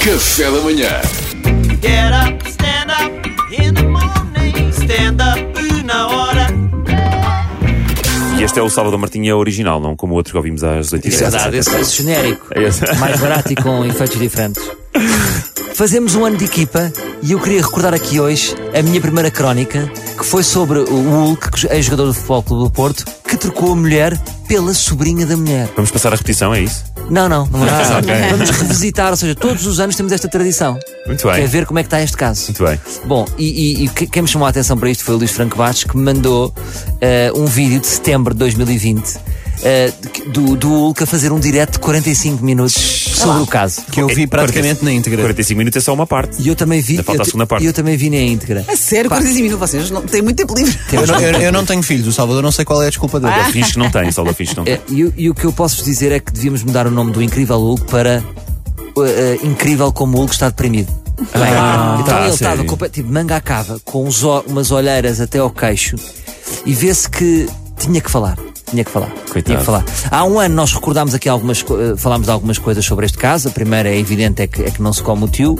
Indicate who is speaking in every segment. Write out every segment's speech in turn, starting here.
Speaker 1: Café da Manhã.
Speaker 2: Get up, stand up in the morning. Stand up na hora.
Speaker 3: E este é o Sábado Martinha original, não como o outro que ouvimos às 8
Speaker 4: É verdade, esse preço genérico.
Speaker 3: É esse.
Speaker 4: Mais barato e com efeitos diferentes. Fazemos um ano de equipa e eu queria recordar aqui hoje a minha primeira crónica, que foi sobre o Hulk, ex-jogador do Futebol Clube do Porto, que trocou a mulher pela sobrinha da mulher.
Speaker 3: Vamos passar a repetição, é isso?
Speaker 4: Não, não, não vamos passar.
Speaker 3: ok.
Speaker 4: Vamos revisitar, ou seja, todos os anos temos esta tradição.
Speaker 3: Muito bem.
Speaker 4: Que é ver como é que está este caso.
Speaker 3: Muito bem.
Speaker 4: Bom, e, e- e que- quem me chamou a atenção para isto foi o Luís Franco Bastos, que me mandou eh, um vídeo de setembro de 2020 eh, de- do, do Hulk a fazer um direto de 45 minutos sobre o caso. Eh,
Speaker 5: Que eu vi praticamente na íntegra.
Speaker 3: 45 minutos é só uma parte.
Speaker 4: E eu também vi.
Speaker 3: Ainda falta
Speaker 4: eu
Speaker 3: a
Speaker 4: te-
Speaker 3: segunda parte.
Speaker 4: e eu também vi na íntegra.
Speaker 6: A sério, quando dizem minutos, vocês não têm muito tempo livre.
Speaker 5: Eu não, eu- eu não tenho filhos, o Salvador não sei qual é a desculpa
Speaker 4: Ah,
Speaker 5: dele.
Speaker 3: Ele finge que não tem, só ele finge que não tem.
Speaker 4: Eh, e, o- e o que eu posso vos dizer é que devíamos mudar o nome do Incrível Hulk para eh, eh, Incrível como o Hulk está deprimido. então
Speaker 3: tá,
Speaker 4: ele
Speaker 3: sério.
Speaker 4: estava compa- tipo, manga à cava, com uns o- umas olheiras até ao queixo, e vê-se que tinha que falar. Tinha que falar. Tinha
Speaker 3: Coitado.
Speaker 4: que falar. Há um ano nós recordámos aqui algumas co- eh, falámos de algumas coisas sobre este caso. A primeira é evidente é que, é que não se come o tio.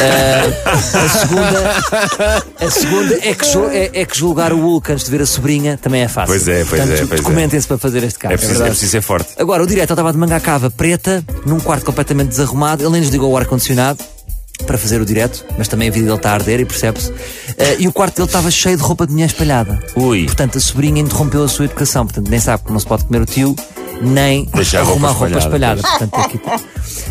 Speaker 4: Eh, a segunda, a segunda é, que, ju- é- é que julgar o Hulk antes de ver a sobrinha também é fácil.
Speaker 3: Pois é, pois
Speaker 4: Portanto,
Speaker 3: é, pois é.
Speaker 4: documentem-se para fazer este caso.
Speaker 3: É preciso, é
Speaker 4: verdade.
Speaker 3: preciso ser forte.
Speaker 4: Agora, o direto estava de manga à cava preta, num quarto completamente desarrumado. Ele nem nos ligou o ar-condicionado para fazer o direto, mas também a vida dele está a arder e percebe-se. Eh, e o quarto dele estava cheio de roupa de mulher espalhada.
Speaker 3: Ui.
Speaker 4: Portanto, a sobrinha interrompeu a sua educação. Portanto, nem sabe que não se pode comer o tio, nem
Speaker 3: Deixar a roupa
Speaker 4: arrumar roupa
Speaker 3: espalhada,
Speaker 4: espalhada. Portanto, aqui está.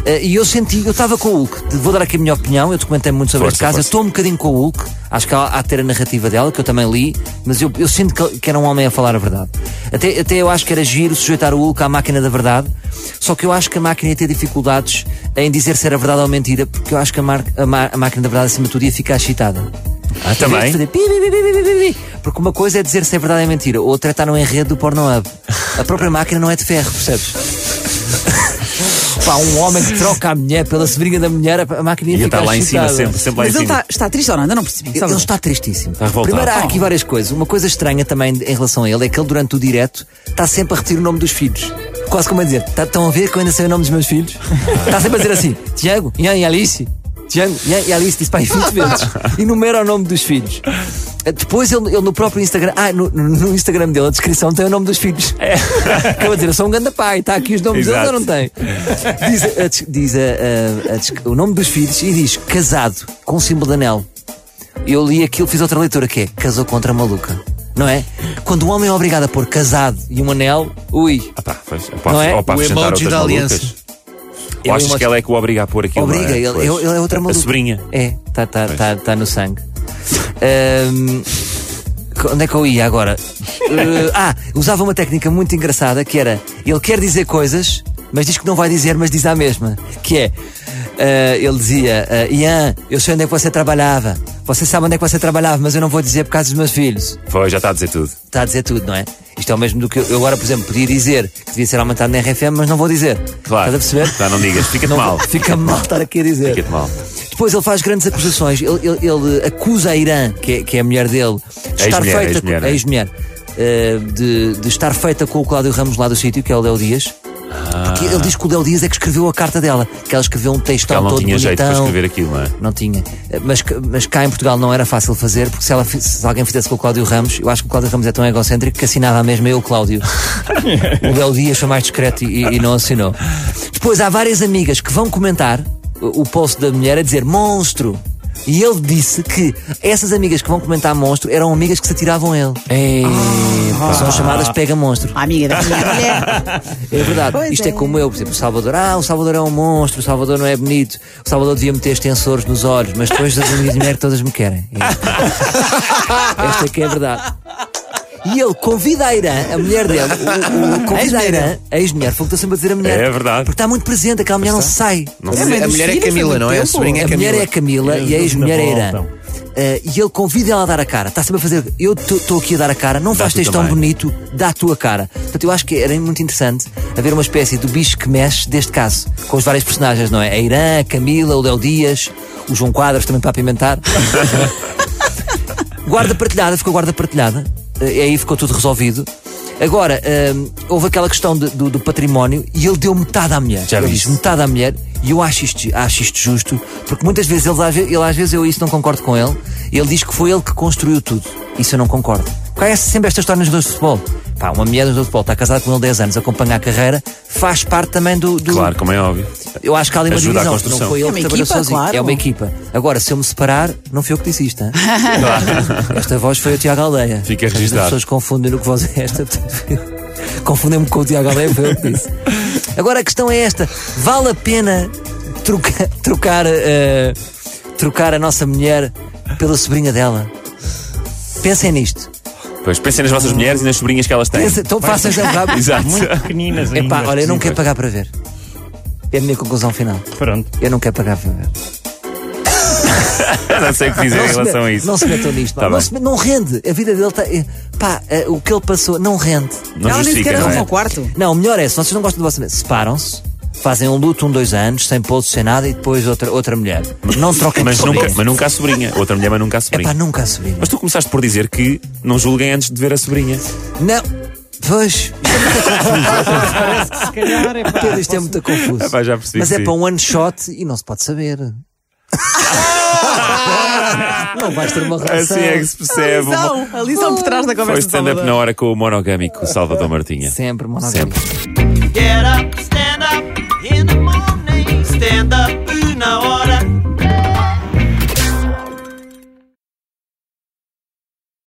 Speaker 4: Eh, e eu senti, eu estava com o Hulk. Vou dar aqui a minha opinião, eu documentei muito sobre
Speaker 3: Força,
Speaker 4: este caso. Eu
Speaker 3: força.
Speaker 4: estou um bocadinho com o Hulk, acho que há, há de ter a narrativa dela, que eu também li, mas eu, eu sinto que, que era um homem a falar a verdade. Até, até eu acho que era giro sujeitar o Hulk à máquina da verdade, só que eu acho que a máquina ia ter dificuldades em dizer se era verdade ou mentira, porque eu acho que a, mar- a ma- a máquina da verdade, acima de tudo, ia ficar excitada.
Speaker 3: Ah,
Speaker 4: Em vez de
Speaker 3: também.
Speaker 4: fazer pi, pi, pi, pi, pi, pi, pi, Porque uma coisa é dizer se é verdade ou é mentira, outra é estar no enredo do Pornhub. A própria máquina não é de ferro, percebes? Pá, um homem que troca a mulher pela sobrinha da mulher, a a máquina ia
Speaker 3: Ia
Speaker 4: ficar
Speaker 3: estar lá em cima,
Speaker 4: excitada. tá-
Speaker 3: sempre, sempre lá em
Speaker 6: Mas ele
Speaker 3: cima.
Speaker 6: está, está triste ou não? Ainda não percebi.
Speaker 4: Ele
Speaker 6: Salvador.
Speaker 4: está tristíssimo.
Speaker 3: revoltado.
Speaker 4: Primeiro, há aqui várias coisas. Uma coisa estranha também em relação a ele é que ele, durante o direto, está sempre a repetir o nome dos filhos. Quase como a dizer: "Tá- estão a ver que eu ainda sei o nome dos meus filhos? Está sempre a dizer assim: Tiago, Ian e Alice. Tiago, Ian e Alice, disse pai 20 vezes. Enumera o nome dos filhos. Depois ele, ele no próprio Instagram, ah, no, no- no Instagram dele, a descrição tem o nome dos filhos. Acaba de dizer, eu sou um grande pai, está aqui os nomes deles
Speaker 3: Exato.
Speaker 4: ou não tem? Diz, a des- diz a- a- a des- o nome dos filhos e diz casado, com símbolo de anel. Eu li aquilo, fiz outra leitura que é casou contra a maluca. Não é? Quando um homem é obrigado a pôr casado e um anel, ui,
Speaker 3: Ah, pá, pois, ou
Speaker 4: Não
Speaker 3: para,
Speaker 4: é?
Speaker 3: ou para
Speaker 5: O
Speaker 3: acrescentar
Speaker 5: emoji
Speaker 3: outras
Speaker 5: da
Speaker 3: malucas.
Speaker 5: aliança.
Speaker 3: Ou
Speaker 4: É o
Speaker 3: achas
Speaker 4: emoji-
Speaker 3: que ela é que o obriga a pôr aquilo?
Speaker 4: obriga,
Speaker 3: não é?
Speaker 4: ele,
Speaker 3: Pois.
Speaker 4: ele- ele é outra
Speaker 3: A
Speaker 4: maluca.
Speaker 3: sobrinha.
Speaker 4: É, está tá, tá, tá no sangue. Ahm, co- onde é que eu ia agora? Eh, ah, usava uma técnica muito engraçada que era: ele quer dizer coisas, mas diz que não vai dizer, mas diz à mesma. Que é: eh, ele dizia, eh, Ian, eu sei onde é que você trabalhava. Você sabe onde é que você trabalhava, mas eu não vou dizer por causa dos meus filhos.
Speaker 3: Foi, já está a dizer tudo.
Speaker 4: Está a dizer tudo, não é? Isto é o mesmo do que eu, eu agora, por exemplo, podia dizer que devia ser aumentado na RFM, mas não vou dizer.
Speaker 3: Claro.
Speaker 4: Estás a perceber?
Speaker 3: Já não digas, fica-te mal.
Speaker 4: Fica mal estar aqui a dizer.
Speaker 3: Fica-te mal.
Speaker 4: Depois ele faz grandes acusações. Ele, ele- ele acusa a Irã, que é, que é a mulher dele, de estar
Speaker 3: Ex-mulher,
Speaker 4: feita
Speaker 3: ex-mulher,
Speaker 4: com-
Speaker 3: é?
Speaker 4: ex-mulher, eh, de, de estar feita com o Cláudio Ramos lá do sítio, que é o Léo Dias.
Speaker 3: Ah.
Speaker 4: Porque ele diz que o Léo Dias é que escreveu a carta dela, que ela escreveu um textão
Speaker 3: Ela não
Speaker 4: todo
Speaker 3: tinha
Speaker 4: bonitão.
Speaker 3: jeito para escrever aquilo, não é?
Speaker 4: Não tinha. Eh, Mas, c- mas cá em Portugal não era fácil fazer, porque se, ela, fi- se alguém fizesse com o Cláudio Ramos, eu acho que o Cláudio Ramos é tão egocêntrico que assinava mesmo eu, Cláudio. o Belo Dias foi mais discreto e, e não assinou. Depois há várias amigas que vão comentar o o post da mulher a dizer monstro. E ele disse que essas amigas que vão comentar monstro eram amigas que se atiravam a ele. São chamadas pega-monstro.
Speaker 6: A amiga da minha mulher.
Speaker 4: É verdade.
Speaker 6: Pois
Speaker 4: Isto é.
Speaker 6: é.
Speaker 4: como eu, por exemplo, o Salvador. Ah, o Salvador é um monstro, o Salvador não é bonito, o Salvador devia meter extensores nos olhos, mas depois as amigas de mulher que todas me querem. É. Esta é que é a verdade. E ele convida a Irã, a mulher dele, o, o, convida a Irã, a ex-mulher, falou que estou sempre a dizer a mulher.
Speaker 3: É verdade.
Speaker 4: Porque está muito presente, aquela mulher não sai.
Speaker 3: Não
Speaker 5: A
Speaker 3: sei.
Speaker 5: mulher- A mulher é Camila, não é? A sobrinha é
Speaker 4: A mulher é
Speaker 5: Camila.
Speaker 4: a Camila e a ex-mulher é a Irã. Eh, e ele convida ela a dar a cara. Está sempre a fazer. Eu estou aqui a dar a cara, não faz
Speaker 3: tu
Speaker 4: texto tão
Speaker 3: também.
Speaker 4: bonito, dá a tua cara. Portanto, eu acho que era muito interessante haver uma espécie do bicho que mexe deste caso, com os vários personagens, não é? A Irã, a Camila, o Léo Dias, o João Quadros também para apimentar. guarda partilhada, ficou guarda partilhada. Eh, aí ficou tudo resolvido. Agora, eh, houve aquela questão de- do, do património e ele deu metade à mulher.
Speaker 3: Já
Speaker 4: ele
Speaker 3: vi
Speaker 4: diz
Speaker 3: isso.
Speaker 4: metade à mulher E eu acho isto, acho isto justo, porque muitas vezes ele, às ve- ele às vezes eu isso não concordo com ele, ele diz que foi ele que construiu tudo. Isso eu não concordo. Porque há sempre esta história nos dois de futebol. Pá, uma mulher nos dois de futebol está casada com ele 10 anos, acompanha a carreira, faz parte também do. do-
Speaker 3: Claro, como é óbvio.
Speaker 4: Eu acho que há ali uma
Speaker 3: Ajuda à
Speaker 4: divisão.
Speaker 3: construção.
Speaker 4: Não foi ele
Speaker 6: É uma
Speaker 4: que trabalhou
Speaker 6: equipa,
Speaker 4: sozinho.
Speaker 6: claro.
Speaker 4: É uma equipa. Agora, se eu me separar, não fui eu que disse isto. hein? Esta voz foi o Tiago Aldeia.
Speaker 3: Fica
Speaker 4: Às vezes
Speaker 3: registado.
Speaker 4: As pessoas confundem no que voz é esta. portanto, Confundem-me com o Tiago Aldeia, foi eu que disse. Agora a questão é esta: vale a pena troca- trocar, eh, trocar a nossa mulher pela sobrinha dela? Pensem nisto.
Speaker 3: Pois pensem nas vossas mulheres e nas sobrinhas que elas têm.
Speaker 4: Pensem, então façam já um rabo.
Speaker 3: Exato.
Speaker 1: Muito pequeninas ainda.
Speaker 4: Epá, olha, eu não
Speaker 1: Sim,
Speaker 4: quero pagar para ver. É a minha conclusão final.
Speaker 1: Pronto.
Speaker 4: Eu não quero pagar para ver.
Speaker 3: não sei o que dizer em relação a isso.
Speaker 4: Não se metam nisto. pá.
Speaker 3: Tá
Speaker 4: não,
Speaker 3: bem.
Speaker 4: se, não rende. A vida dele está. Pá, eh, o que ele passou não rende.
Speaker 3: Não
Speaker 6: Ela nem
Speaker 3: justifica,
Speaker 6: sequer
Speaker 3: não é?
Speaker 6: arrumou o quarto.
Speaker 4: Não, o melhor é, se vocês não gostam do vosso marido, separam-se, fazem um luto um, dois anos, sem pouso, sem nada, e depois outra, outra mulher. Não troquem
Speaker 3: Mas
Speaker 4: um de
Speaker 3: nunca,
Speaker 4: sobrinha.
Speaker 3: mas nunca a sobrinha. Outra mulher, mas nunca a
Speaker 4: É
Speaker 3: sobrinha.
Speaker 4: pá, nunca a sobrinha.
Speaker 3: Mas tu começaste por dizer que não julguem antes de ver a sobrinha.
Speaker 4: Não. Pois,
Speaker 1: Se calhar, epá,
Speaker 4: Pedro, isto é muito confuso.
Speaker 3: Epá, já percebi
Speaker 4: mas
Speaker 3: que
Speaker 4: é
Speaker 3: sim.
Speaker 4: para um one shot e não se pode saber. não vais ter uma relação. É
Speaker 3: Assim é que se
Speaker 6: A
Speaker 3: percebe.
Speaker 6: lição, a lição por trás da
Speaker 3: Foi
Speaker 6: conversa de
Speaker 3: stand-up
Speaker 6: Salvador.
Speaker 3: na hora com o monogâmico, o Salvador Martinha.
Speaker 4: Sempre, monogâmico.
Speaker 3: Sempre.